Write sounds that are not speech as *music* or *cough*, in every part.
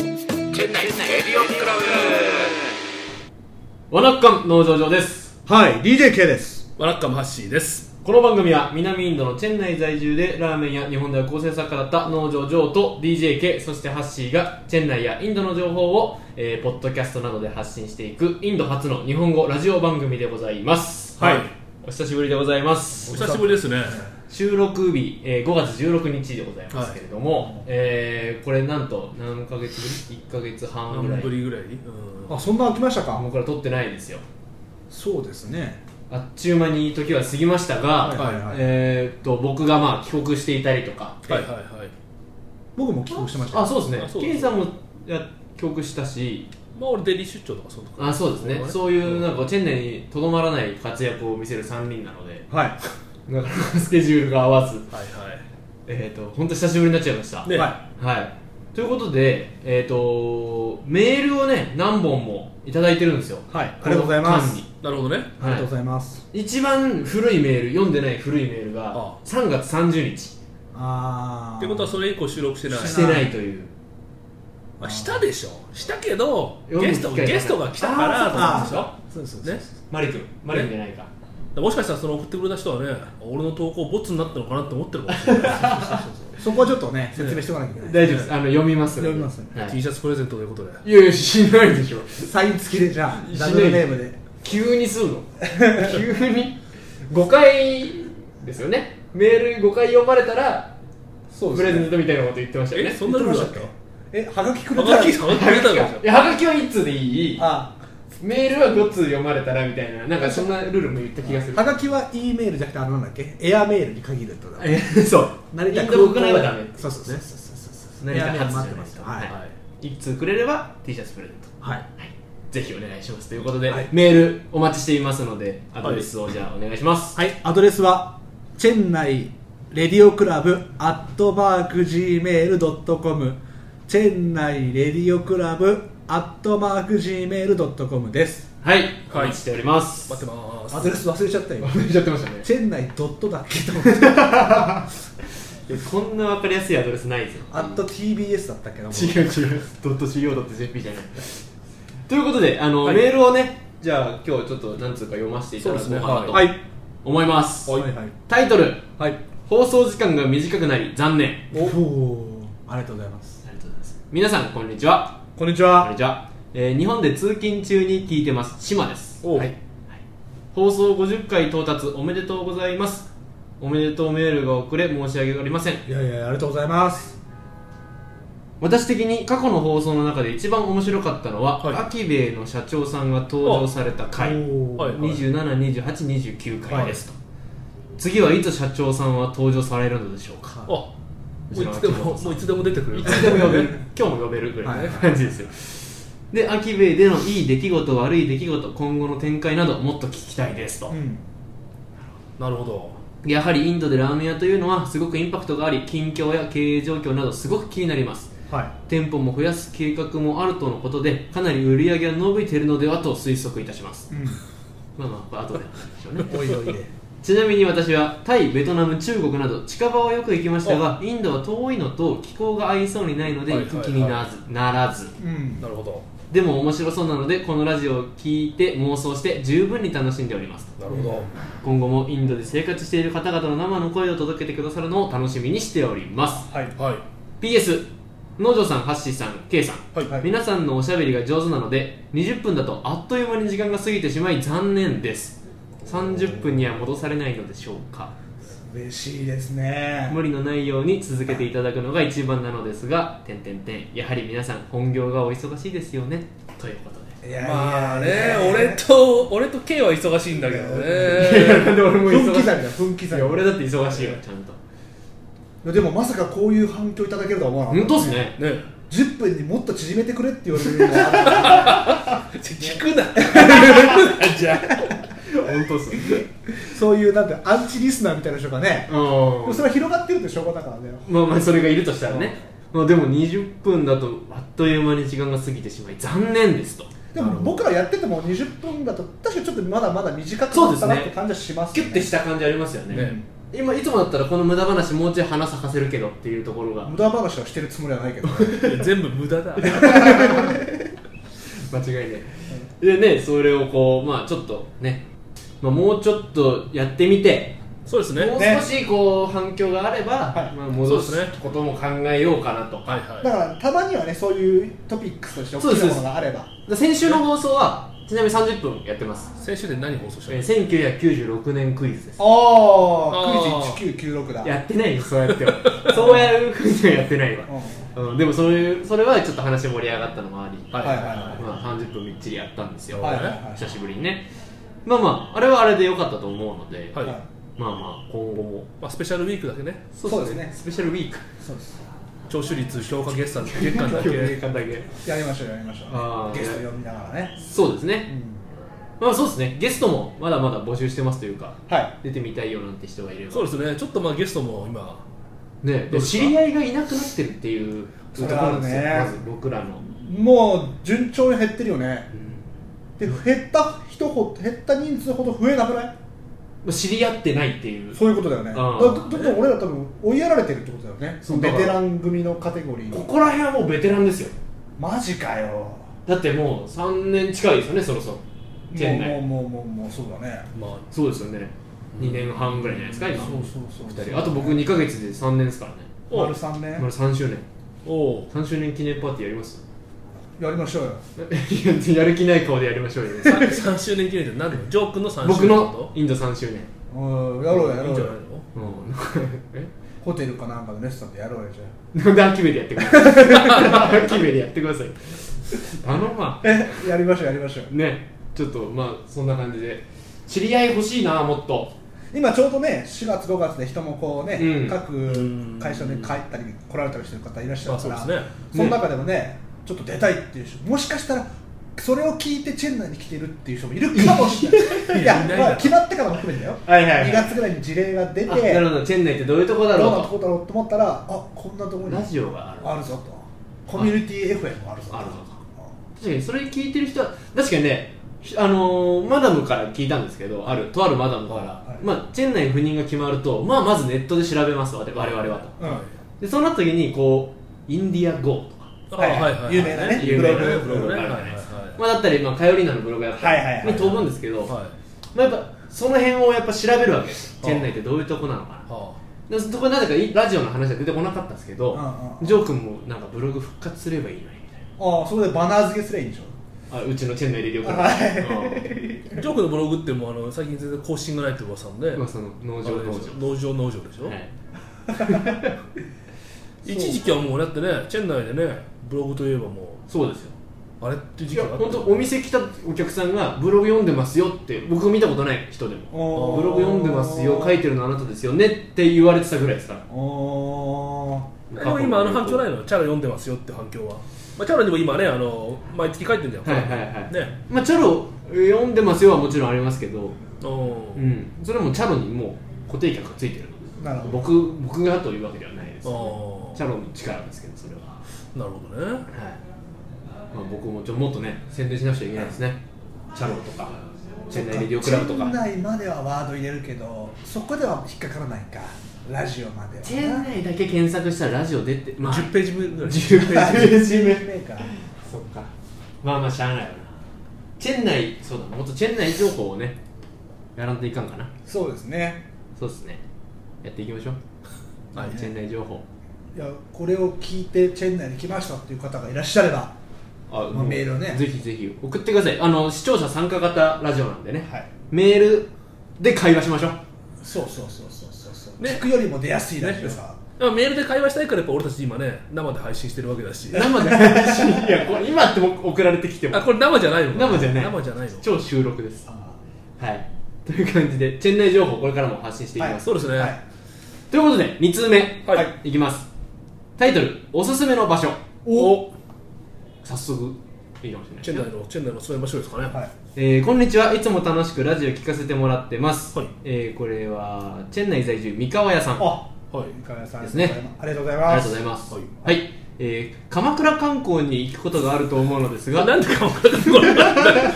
店内エリオンクラワナッカン農場上ですはい DJK ですワラッカムハッシーです。この番組は南インドのチェン内在住でラーメンや日本では構成作家だった農場上と DJK そしてハッシーがチェン内やインドの情報を、えーポッドキャストなどで発信していくインド初の日本語ラジオ番組でございますはいお久しぶりでございまおす久しぶりですね。収録日、えー5月16日でございますけれども、えーこれなんと何ヶ月ぶり1ヶ月半ぐら何いぶりぐらい？あそんな飽きましたかもうこれ撮ってないですよそうですねあっちゅう間に時は過ぎましたが、はいはいはい、えーっと僕がまあ帰国していたりとかはいはいはい。僕も帰国してましたあよそうであすそねうケイさんもや帰国したしまあ俺デリ出張とかそんな感あそうですねそうねそういうなんかチェン内にとどまらない活躍を見せる3人なのではいなかなかスケジュールが合わずじ。はいはい。えーっと本当久しぶりになっちゃいました、ね、ははいということでえーっとメールをね何本もいただいてるんですよはいありがとうございますこの間になるほどね。ありがとうございます一番古いメール読んでない古いメールがあ3月30日ああってことはそれ以降収録してない。してないというまあしたでしょ。したけど読むゲ機スト会ががゲストが来たからとあ思あうそうですそうでしでょ。ね。すマリ君マリ君じゃないかもしかしたらその送ってくれた人はね、俺の投稿ボツになったのかなって思ってるかもしれない。そこはちょっとね説明しておかなきゃいけない大丈夫です。あの読みますので。読みますねはい T シャツプレゼントということで。いやいやしないでしょ。サイン付きでじゃしあないダブルネームで急にす *laughs* るの。急に誤回ですよね。メール誤回読まれたらそプレゼントみたいなこと言ってましたよえ、ね。そんなルールだっえはがきくた？れあたガキさんくれたでしょい。やはがきは一通でいい。あメールは五通読まれたらみたいななんかそんなルールも言った気がするは。がきは E メールじゃなくてあのなんだっけエアメールに限るってことだえそう。成イ田ン空ド港国内はダメ。そうそうそうそうそうそう成エ田アメール発待っじてゃなまいすと。よはいはい一通くれれば T シャツプレゼント。はいぜひお願いしますということで、はいメールお待ちしていますのでアドレスをじゃあお願いします、はい、アドレスはチェンナイレディオクラブアットマーク Gmail.com チェンナイレディオクラブアットマーク Gmail.com ですはい、おはい待ちしております。待ってまアす。ドレス忘れちゃったよ忘れちゃってましたね。チェンナイドットだっけと思ってこんなわかりやすいアドレスないですよ。アット TBS だったっけなもう違う違う。ドット CO ドット JP じゃない。ということで、あの、メールをね、じゃあ今日ちょっと何通か読ませていただこうかなとはい思います。はいはいタイトル、はい放送時間が短くなり残念。あおおーありがとうございますりがとうございます。皆さん、こんにちは。こんにちこんはにちは。えー日本で通勤中に聞いてます。島です。おうはい放送50回到達おめでとうございます。おめでとうメールが遅れ申し訳ありません。いやいやありがとうございます私的に過去の放送の中で一番面白かったのは、はいアキベイの社長さんが登場された回おーはい272829回ですと、次はいつ社長さんは登場されるのでしょうかあ、もういつでももういつでも出てくれる。いつでも呼べる今日も呼べるぐらいの感じですよでアキベイでのいい出来事悪い出来事今後の展開などもっと聞きたいですと、うんなるほど。やはりインドでラーメン屋というのはすごくインパクトがあり近況や経営状況などすごく気になりますは店舗も増やす計画もあるとのことでかなり売り上げが伸びているのではと推測いたしますいうんまあまあ後で話しましょうね *laughs* おいおい *laughs* でちなみに私はタイベトナム中国など近場はよく行きましたがインドは遠いのと気候が合いそうにないのではい行はいはくい気にならず,、ならずうんなるほど。でも面白そうなのでこのラジオを聞いて妄想して十分に楽しんでおりますなるほど。今後もインドで生活している方々の生の声を届けてくださるのを楽しみにしておりますはいはい。 PS 農場さんハッシーさん K さんはい。はい皆さんのおしゃべりが上手なので20分だとあっという間に時間が過ぎてしまい残念です30分には戻されないのでしょうか嬉しいですね無理のないように続けていただくのが一番なのですが点点点やはり皆さん本業がお忙しいですよねということでいやいやまあね、俺と、俺と K は忙しいんだけど *laughs* ね。なんで俺も分刻みだ分刻みいや俺だって忙しいよちゃんといやでもまさかこういう反響いただけるとは思わなか本っ当っすねね。た10分にもっと縮めてくれって言われるのは聞くな。じゃ本当っすね *laughs* そういうなんてアンチリスナーみたいな人がねでもうそれは広がってるって証拠だからねんまあまあそれがいるとしたらねまあでも20分だとあっという間に時間が過ぎてしまい残念ですとでも僕らやってても20分だと確かにちょっとまだまだ短くそうなでっすたねなって感じはしますキねュッてした感じありますよねね今いつもだったらこの無駄話もうちょい花咲かせるけどっていうところが無駄話はしてるつもりはない *laughs* けどねいや全部無駄だ間違いない、でねそれをこうまあちょっとね、まあ、もうちょっとやってみて *laughs* そうですねもうね少しこう反響があれば、はいまあ、戻そうですすねことも考えようかなと、はいはいだからたまにはねそういうトピックスとして大きなものがあればで先週の放送はちなみに30分やってます、先週で何放送したのえー、1996年クイズですあああ9時1996だやってないよそうやっては *laughs* そういうクイズはやってないわう、んうん、でもそれそれはちょっと話盛り上がったのもあり、はいはいははいいははまあ、30分みっちりやったんですよ、はい久しぶりにねまあまああれはあれで良かったと思うので、い、はいはいまあまあ今後もまあ、スペシャルウィークだけねそそうですねスペシャルウィークそうです聴取率評価月間月間だ *laughs* け間だけやりましょうやりましょあうーゲスト呼びながらねそうですうね、んまあそうですねゲストもまだまだ募集してますというかはい出てみたいよなんて人がいればそうですねちょっとまあゲストも今ねどうでですか知り合いがいなくなってるっていうとそこれはあろるですねよ、まず僕らの、もう順調に減ってるよねうんで減った人ほ減った人数ほど増えなくないまあ知り合ってないっていうそういうことだよねんだだだって俺ら多分追いやられてるってことだよねそうベテラン組のカテゴリーこのこら辺はもうベテランですよマジかよだってもう3年近いですよねそろそろチェンナもうイもうもうもうもうそうだねまあそうですよね2年半ぐらいじゃないですか今そうそうそう2人あと僕2ヶ月で3年ですからねお丸さんね丸3周年おお3周年記念パーティーやりますやりましょうよいややる気ない顔でやりましょうよ *laughs* 3周年記念って何でもジョー君の3周年僕ってのこインド3周年うんとやろうよやいいろんうじよゃないのうん *laughs* えホテルかなんかのレストランでやろうよじゃなんでアキベでやってくださいアキベでやってくださいあのまああやりましょうやりましょうねちょっとまあそんな感じで知り合い欲しいなもっと今ちょうどね4月5月で人もこうね、うん各会社に帰ったり来られたりしてる方いらっしゃるから、まあそうですねその中でもねちょっと出たいっていう人もしかしたらそれを聞いてチェンナイに来てるっていう人もいるかもしれないいいややいないまあ、決まってからも含めてだよ、はいはいはい2月ぐらいに事例が出てあなるほどチェンナイってどういうとこだどうなろとうこだろうと思ったらあこんなところとラにジオがあるあるぞとコミュニティ FM もあるぞとあるぞ確かにそれ聞いてる人は確かにねひあのーマダムから聞いたんですけどあるとあるマダムから、はいまあ、チェン内赴任が決まると、まあ、まずネットで調べますわ我々はとうんでそうなった時にこうインディア GO とか、はあいはいはい有名なね有名なねブログねブログねはいはいはいまあ、だったり、まあ、カヨリーナのブログやったりはいはいはいに飛ぶんですけど、はいまあ、やっぱその辺をやっぱ調べるわけですチはいェン内ってどういうとこなのかなはでそこでなぜかいラジオの話は出てこなかったんですけど、うんうんジョー君もなんかブログ復活すればいいのにみたいああそこでバナー付けすればいいんでしょなあうちのチェン内で旅行はいあジョー君のブログってもうあの最近全然更新がないって噂もね今その農場農場農場農場でしょ、はい一時期はもうだってねチェン内でねブログといえばもそうですようあれっていう時い期やがあった本当お店来たお客さんがブログ読んでますよって僕見たことない人でもおーブログ読んでますよ書いてるのあなたですよねって言われてたぐらいですからおーでも今あの反響ないののチャラ読んでますよって反響は、まあ、チャラにも今ねあの毎月書いてんだよはいはいはい、ねまあチャロ読んでますよはもちろんありますけど、ううんん、それはもうチャロにもう固定客がついてるのでなるほど僕僕がというわけではないです、あね、チャーロの力ですけどそれははなるほどねい、まあ、僕もちょもっとね宣伝しなくちゃいけないですねチャロとかチェンナイレディオクラブとか店内まではワード入れるけどそこでは引っかからないかラジオまではチェン内だけ検索したらラジオ出て、まあ、 10ページ分ぐらい10ペラージジ目オメーカーそっかまあまあしゃあないよなチェン内そうだなもっとチェン内情報をねやらんといかんかなそうですねそうっすねやっていきましょう、はいチェン内情報いやこれを聞いてチェン内に来ましたっていう方がいらっしゃればあまあメールをねぜひぜひ送ってくださいあの視聴者参加型ラジオなんでね、はいメールで会話しましょうそうそうそうそうそうそう、ね聞くよりも出やすいラジオさ、でもメールで会話したいからやっぱ俺たち今ね生で配信してるわけだし生で配 *laughs* 信いやこれ今っても送られてきてもあこれ生じゃないのか生じゃない生じゃないの超収録ですあはいという感じでチェン内情報これからも発信していきます、そうですねーはいということで2通目、はいいきますタイトル「おすすめの場所」お早速いいかもしれないチェン内のチェン内のそういう場所ですかねはいえーこんにちはいつも楽しくラジオ聞かせてもらってます、はいえーこれはチェン内在住三河屋さんああはい三河屋さんですねありがとうございりまがすとうございますははいい、えー鎌倉観光に行くことがあると思うのですがなんで鎌倉観光なん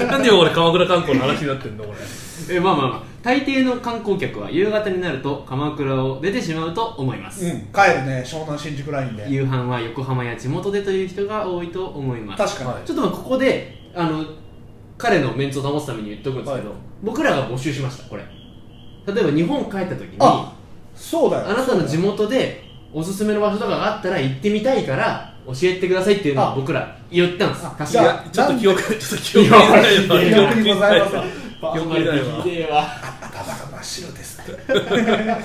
なんで今俺鎌倉観光の話になってんのこれえーまあまあまあ大抵の観光客は夕方になると鎌倉を出てしまうと思います、うん、帰るね湘南新宿ラインで夕飯は横浜や地元でという人が多いと思います確かに、はいちょっとまあここであの彼のメンツを保つために言っとくんですけど、はい僕らが募集しましたこれ例えば日本帰った時にあそうだよあなたの地元でおすすめの場所とかがあったら行ってみたいから教えてくださいっていうのを僕ら言ったんですあ確じゃあかちょっと記憶ちょっと記憶いや記憶にございま *laughs* せんパーソナリティひでえわ頭が真っ白ですって *laughs*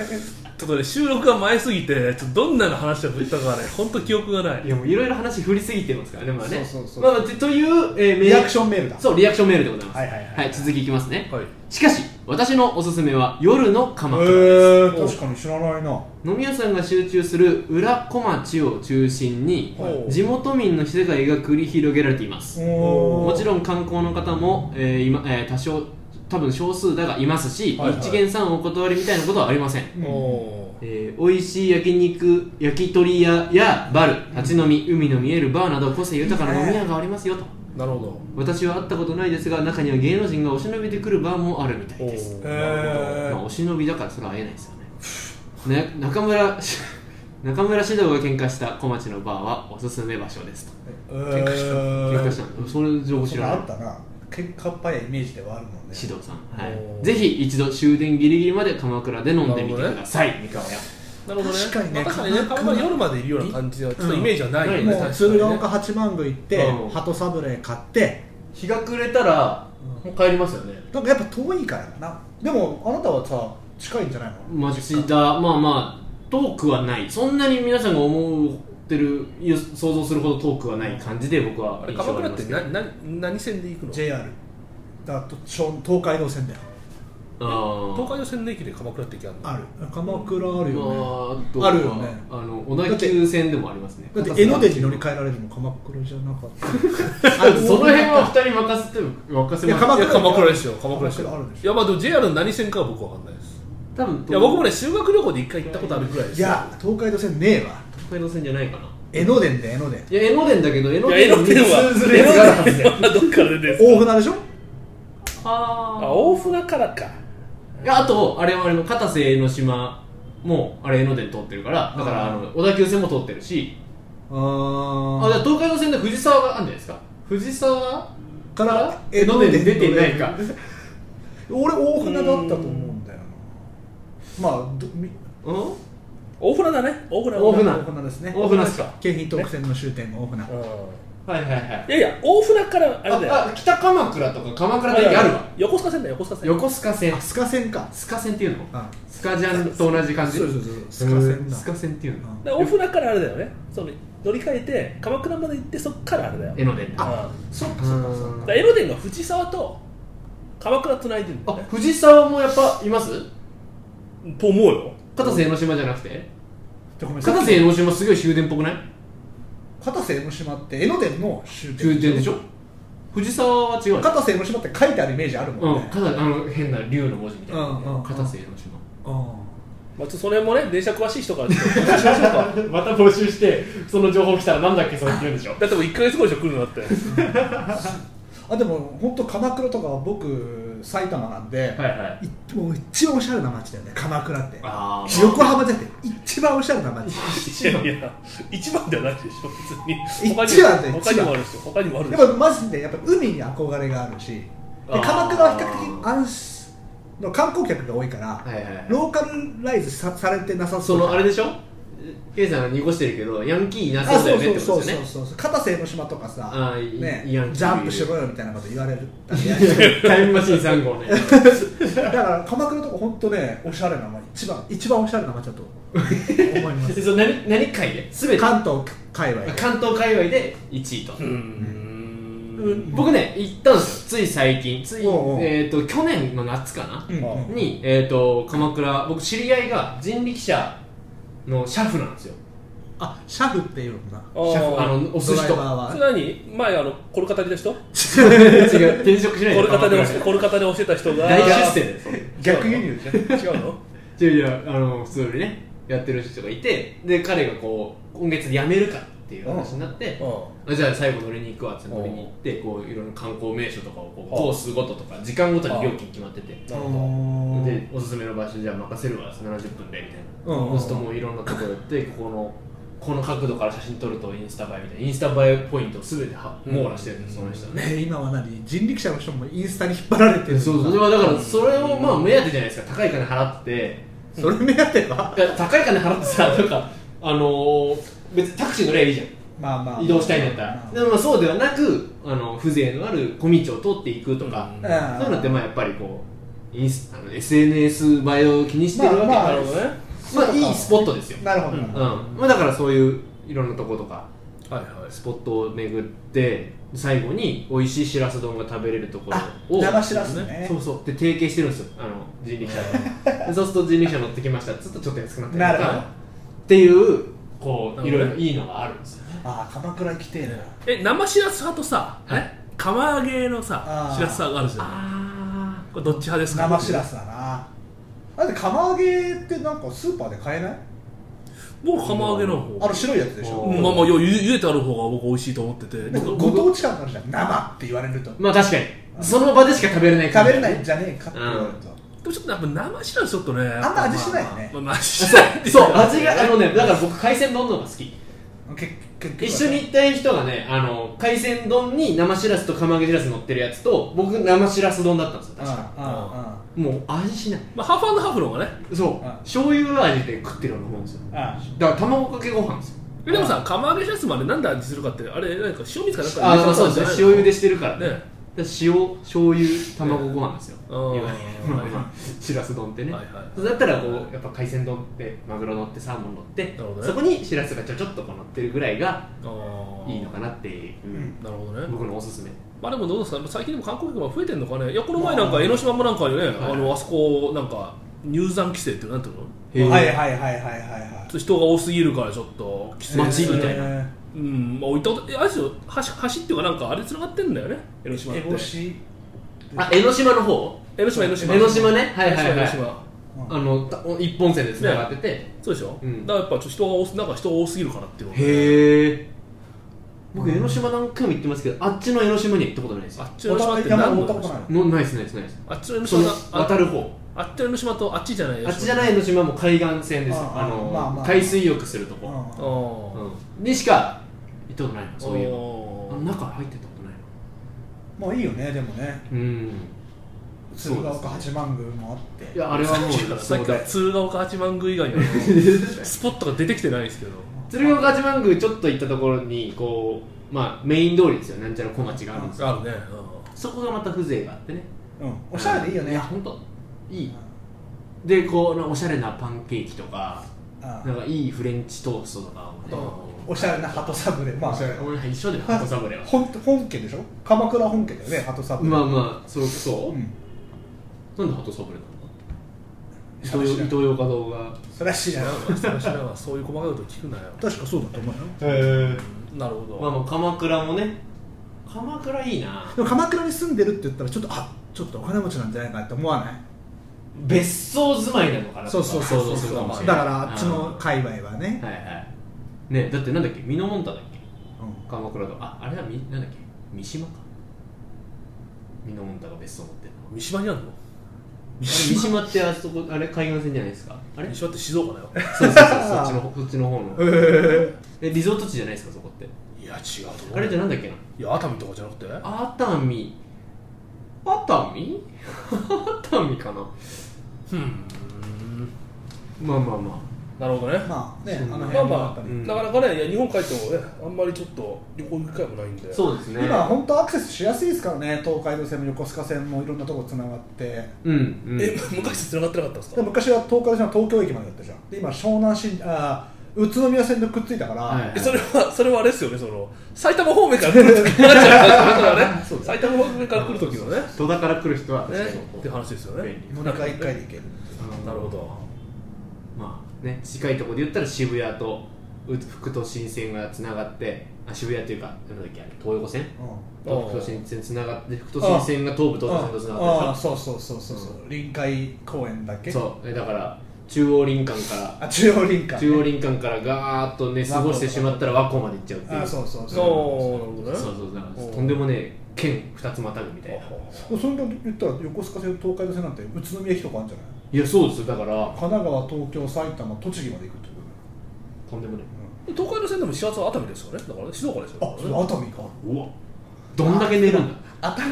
ちょっとね収録が前すぎてちょっとどんなの話を振ったかね本当記憶がないいやもういろいろ話振りすぎてますからねまあねそうそうそうまあまあてという、えーメールリアクションメールだそうリアクションメールでございますはいはいはい続きいきますね、はいしかし私のおすすめは夜の鎌倉です、えー、確かに知らないな飲み屋さんが集中する裏小町を中心にほう地元民の世界が繰り広げられていますおもーちろん観光の方も、えー今えー多少多分少数だがいますし、はいはい一元さんお断りみたいなことはありません、うんおーえー美味しい焼肉焼き鳥屋やバル立ち飲み海の見えるバーなど個性豊かな飲み屋がありますよとなるほ私は会ったことないですが中には芸能人がお忍びで来るバーもあるみたいですおえーまあ、ーお忍びだからそれは会えないですよねね中村 *laughs* 中村獅童が喧嘩した小町のバーはおすすめ場所ですとえー、嘩した喧嘩したのそれ情報知それらないあったな喧嘩っ早いイメージではあるもんね獅童さん、はおい、ーぜひ一度終電ギリギリまで鎌倉で飲んでみてくなるほどねださい、三河屋なるほどね確かにねまあ確かにね鎌倉あんまり夜までいるような感じではちょっとイメージはないよねうん確もかうに鶴ね岡八幡宮行って、うん鳩サブレー買って日が暮れたらもう帰りますよねなんかやっぱ遠いからかなでもあなたはさ近いんじゃないの町田まあまあ遠くはないそんなに皆さんが思ってる想像するほど遠くはない感じで僕はあれ印象鎌があり倉まってすけどなな何線で行くの JR だと小東海道線だよあー東海道線の駅で鎌倉って駅あるのある鎌倉あるまよねああとはあるよねあの小田急線でもありますねだって江ノ電に乗り換えられるの鎌倉じゃなかった *laughs* あその辺は二人任せて任せいやます鎌いや倉鎌倉ですよ鎌倉ですよ鎌倉あるでしょいやまあでも JR の何線かは僕わかんないです多分いや僕もね修学旅行で一回行ったことあるぐらいですいや東海道線ねえわ東海道線じゃないかな江ノ電で江ノ電いや江ノ電だけど江ノいや電江ノ電は通ずるやつがあるはず江だよノ電はどっから出てるんですか大船でしょああ大船からかいやあとあれはあれの片瀬江ノ島もあれ江ノ電通ってるからだからあの小田急線も通ってるしあじゃああ東海道線で藤沢があるんじゃないですか藤沢あから江ノ電出てないか俺大船だったと思うんだよなまあどみうん大船だね大船大船大船ですね大船っすか京浜東北線の終点が大船うんはいはいはいいやいや大船からあれだよああ北鎌倉とか鎌倉だけあるわ横須賀線だよ横須賀線横須賀線あ須賀線かスカ線っていうのあスカジャンと同じ感じそうそうそう須賀線だスカ線っていうのうんで大船からあれだよねその乗り換えて鎌倉まで行ってそっからあれだよ江ノ電だあそっかそっかそっうんかだから江ノ電が藤沢と鎌倉繋いでるんだあよね藤沢もやっぱいますと思うよ片瀬江ノ島じゃなくてじゃあごめん片瀬江ノ島すごい終電っぽくない片瀬江ノ島って江ノ電の終点終点でしょ藤沢は違うよ片瀬江ノ島って書いてあるイメージあるもんうん、ねただあの変な竜の文字みたいな、うんうんうん片瀬江ノ島うまあちょっとその辺もね電車詳しい人からちょ *laughs* っと話しましょうかまた募集してその情報来たらなんだっけそれって言うんでしょだってもう1か月後でしょ来るのだってんあでも本当鎌倉とかは僕埼玉なんで、はいはいいもう一番おしゃれな街だよね鎌倉ってあ横浜じゃなくて一番おしゃれな街いやいや一番ではないでしょ別に一番だよ他にも他にもあるでしょ他にもあるでしやっょぱマジでやっぱ海に憧れがあるしであー鎌倉は比較的安心の観光客が多いから、はいはいはいローカルライズさされてなさそそうのあれでししょケイさんが濁してるけどヤンキーいなそうだよねってことそうですそうよそねうそうそう片瀬江ノ島とかさあ、ーいね、ジいやんャンプしろよみたいなこと言われるタイムマシーン3号 *laughs* ねだから鎌倉とか本当ねおしゃれな街一番一番おしゃれな街だと思いますそれ何何回で全て関東界隈関東界隈で1位と、うーん僕ね行ったんですよつい最近つい、おうおうえー、と去年の夏かな、うんうんに、えー、と鎌倉僕知り合いが人力車の車夫なんですよあシャフっていうのかあー車夫あの押す人ドライバーそはれ何前あのコルカタリの人コ *laughs* 違う転職しないルカタで鎌押倉してコルカタで押してた人が大出世です逆輸入じゃん違うのいやいやあの普通にねやってる人がいてで彼がこう今月で辞めるからっていう話になって、うあじゃあ最後乗りに行くわって乗りに行ってこういろんな観光名所とかをこうコースごととか時間ごとに料金決まっててんなるほでおすすめの場所じゃあ任せるわ70分でみたいなうんそうするともういろんなところ行ってここのこの角度から写真撮るとインスタ映えみたいなインスタ映えポイントを全ては網羅してるんですその人はねね今は何人力車の人もインスタに引っ張られてるそうそうそれはだからそれをまあ目当てじゃないですか高い金払ってそれ目当てはいや高い金払ってさなんかあのー別にタクシー乗ればいいじゃんまあまあ移動したいんだったら、でもまあそうではなくあの風情のある小道を通っていくとか、うんそういうのってまあやっぱりこうインスあの SNS 映えを気にしてるわけだまかあら、どねまあ、いいスポットですよ、なるほど、うんまあ、だからそういういろんなとことかはいはいスポットを巡って最後に美味しいしらす丼が食べれるところあを流しらすねそうそうで提携してるんですよあの人力車がでそうすると人力車乗ってきましたちょっとちょっと安くなったりとなるほかどっていうこういろないるほろどいいのがあるんですよねああ鎌倉行きてえなえ生しらす派とさはいえ釜揚げのあさーしらす派があるじゃんあこれどっち派ですか生しらすだなだって釜揚げってなんかスーパーで買えない僕釜揚げの方あの白いやつでしょうんまあまあよゆゆでてある方が僕美味しいと思っててなんかご当地感があるじゃん生って言われるとまあ確かにその場でしか食べれない食感べじれないんじゃねえかって言われると、でもちょっとやっぱ生しらすちょっとねあんま味しないよねまあまあまあ味しそないうそう味があのねだから僕海鮮丼の方が好き結結局は一緒に行った人がねあの海鮮丼に生しらすと釜揚げしらす乗ってるやつと僕生しらす丼だったんですようん確うんかもう味しないまあハーフハーフの方がねそうあ醤油味で食ってるようなもんですようだから卵かけご飯ですよえでもさ釜揚げしらすまでなんで味するかってあれなんか塩水かなんかああそうですね塩油でししてるからねねだから塩醤油卵ご飯ですようんいわゆるはいは *laughs* しらす丼ってねはいはいそうだったらこうやっぱ海鮮丼ってマグロ乗ってサーモン乗ってなるほどねそこにしらすがちょちょっとこう乗ってるぐらいがあーいいのかなっていうなるほどね僕のおすすめまあでもどうですか最近でも観光客が増えてるのかねいやこの前なんか江ノ島もなんかね、はいあのあそこなんか入山規制ってなんていうのんはいいはいはいはいはいはいちょっと人が多すぎるからちょっと規制街みたいななうんまあ置いたことえあれですよ橋橋っていうかなんかあれ繋がってんだよね江ノ島ってえぼしあ江ノ島の方江ノ島江ノ島江ノ島ねはいはいは江ノい島江ノ島あのた一本線でつながっててそうでしょ、うんだからやっぱちょっと人が多すなんか人が多すぎるからっていうことでへえ僕江ノ島何回も行ってますけどあっちの江ノ島には行ったことないですよあっちの江ノ島って山何の登ったことないもうないですないですないですあっちの江ノそ島のあ渡る方あっちの江ノ島とあっちじゃないあっちじゃない江ノ島も海岸線ですよあああの、まあまあ海水浴するとうこ、んあーうんにしか行ったことないのそういうのおあー中入ってったことないのもういいよねでもねうん鶴岡八幡宮もあっていやあれ *laughs* はもうさっきから鶴岡八幡宮 *laughs* 以外のスポットが出てきてないですけど鶴岡八幡宮ちょっと行ったところにこうまあメイン通りですよなんちゃら小町があるんですよあるね、そこがまた風情があってねうんおしゃれでいいよいねや本当いいでこうおしゃれなパンケーキとかうんなんかいいフレンチトーストとかをねおしゃれな鳩サブレまあ俺一 *laughs* 緒だよハトサブレは本本家でしょ鎌倉本家だよね鳩サブレまあまあそれこそ、うんなんでハトサブレなの伊それは知東ら伊ん東洋華堂がそれは知らんうん、知らんわそういう細かいこと聞くなよ確かそうだと思うよへえなるほど、まあまあ鎌倉もね鎌倉いいなでも鎌倉に住んでるって言ったらちょっとあちょっとお金持ちなんじゃないかって思わない別荘住まいなのかなそうそうそう想像するかもしれなだいからあっちの界隈はうんね、はいはいねだってなんだっけミノモンタだっけうん鎌倉とああれはみなんだっけ三島かミノモンタが別荘持ってるの三島にあるのあれ三島ってあそこあれ海岸線じゃないですかあ *laughs* れ三島って静岡だよそうそうそうそっちの *laughs* 方そっちの方のへえリゾート地じゃないですかそこっていや違うと思うあれってなんだっけないや熱海とかじゃなくて熱海熱海 *laughs* 熱海かなうんまあまあまなるほどねーまあねそうあのまあ辺もやっまぱあ、り、なかなかねいや日本帰ってもねあんまりちょっと旅行行く機会もないんであそうですね今本当アクセスしやすいですからね東海道線も横須賀線もいろんなとこつながってうんうんえ昔繋がってなかったんですでか昔は東海道線は東京駅までだったじゃんで今湘南新あー宇都宮線とくっついたから、はいえそれはそれはあれですよねその埼玉方面から来る *laughs* 時になっちゃうからねそれはね埼玉方面から来る時のねね戸田から来る人はって話ですよね便利乗り換え1回で行けるなるほどまあね近いところで言ったら渋谷とう福都新線がつながってあ渋谷っていうかなんだっけあれ東横線うあーと福都新線つながって福都新線が東武ん東武線とつなあがあってそうそうそうそうそう臨海公園だっるでけしょそうえだから中央林間からあ中央林間、中央林間からガーッとね過ごしてしまったら和光まで行っちゃうっていうあそうそうなるそほどねそうそうだからとんでもねえ県二つまたぐみたいなうそんな言ったら横須賀線東海道線なんて宇都宮駅とかあるんじゃないいやそうですよだから神奈川東京埼玉栃木まで行くってこととんでもね東海の線でも始発は熱海ですよねだからね静岡ですよねだよあそれ熱海かえうわどんだけ寝るんだ熱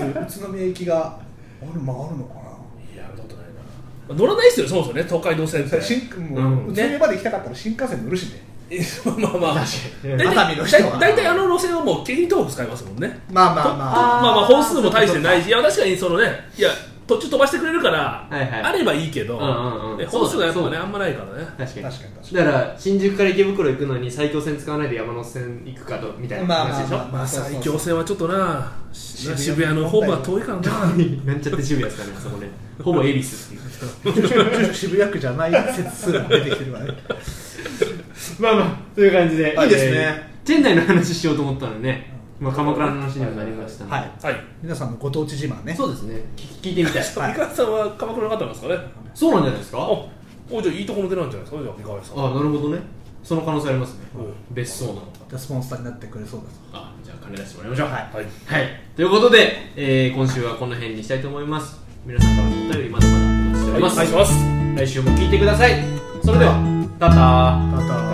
海発宇都宮行きがあれ回るのかないや見たことないなまあ乗らないですよねそもそもね東海道線って *laughs* 新もううん宇都宮まで行きたかったら新幹線乗るしねまあまあまあに大体熱海の人は大体あの路線はもう京浜東北使いますもんねまあまあとまあまあまあ本数も大してないしいや確かにそのねいや途中飛ばしてくれるから、はいはいあればいいけど、うんうんうんね本数がやっぱそうねだあんまないからね確かに確かに確だかから新宿から池袋行くのに埼京線使わないで山手線行くかとみたいにな話でしょ、まあそうそうそう最強線はちょっとなしな渋渋谷谷の方が遠いからななんちゃって渋谷ですからねそこねほぼ恵比寿っていう渋谷区じゃない説すら出てきてるわねまあまあという感じでいいですねーチェンナイの話しようと思ったのでね、まあ、鎌倉の話にもなりましたので、はい *laughs* はい皆さんのご当地自慢ねそうですね聞聞いてみたい三河さんは鎌倉の方なんですかねそうなんじゃないですかあおじゃあいいとこの出なんじゃないですかじゃあ三河さんあなるほどねその可能性ありますねうん別荘のスポンサーになってくれそうだぞあじゃあ金出してもらいましょうはい、はいということで、えー今週はこの辺にしたいと思います皆さんからのお便りまだまだお待ちしております、お願いします来週も聞いてくださいそれではタターただ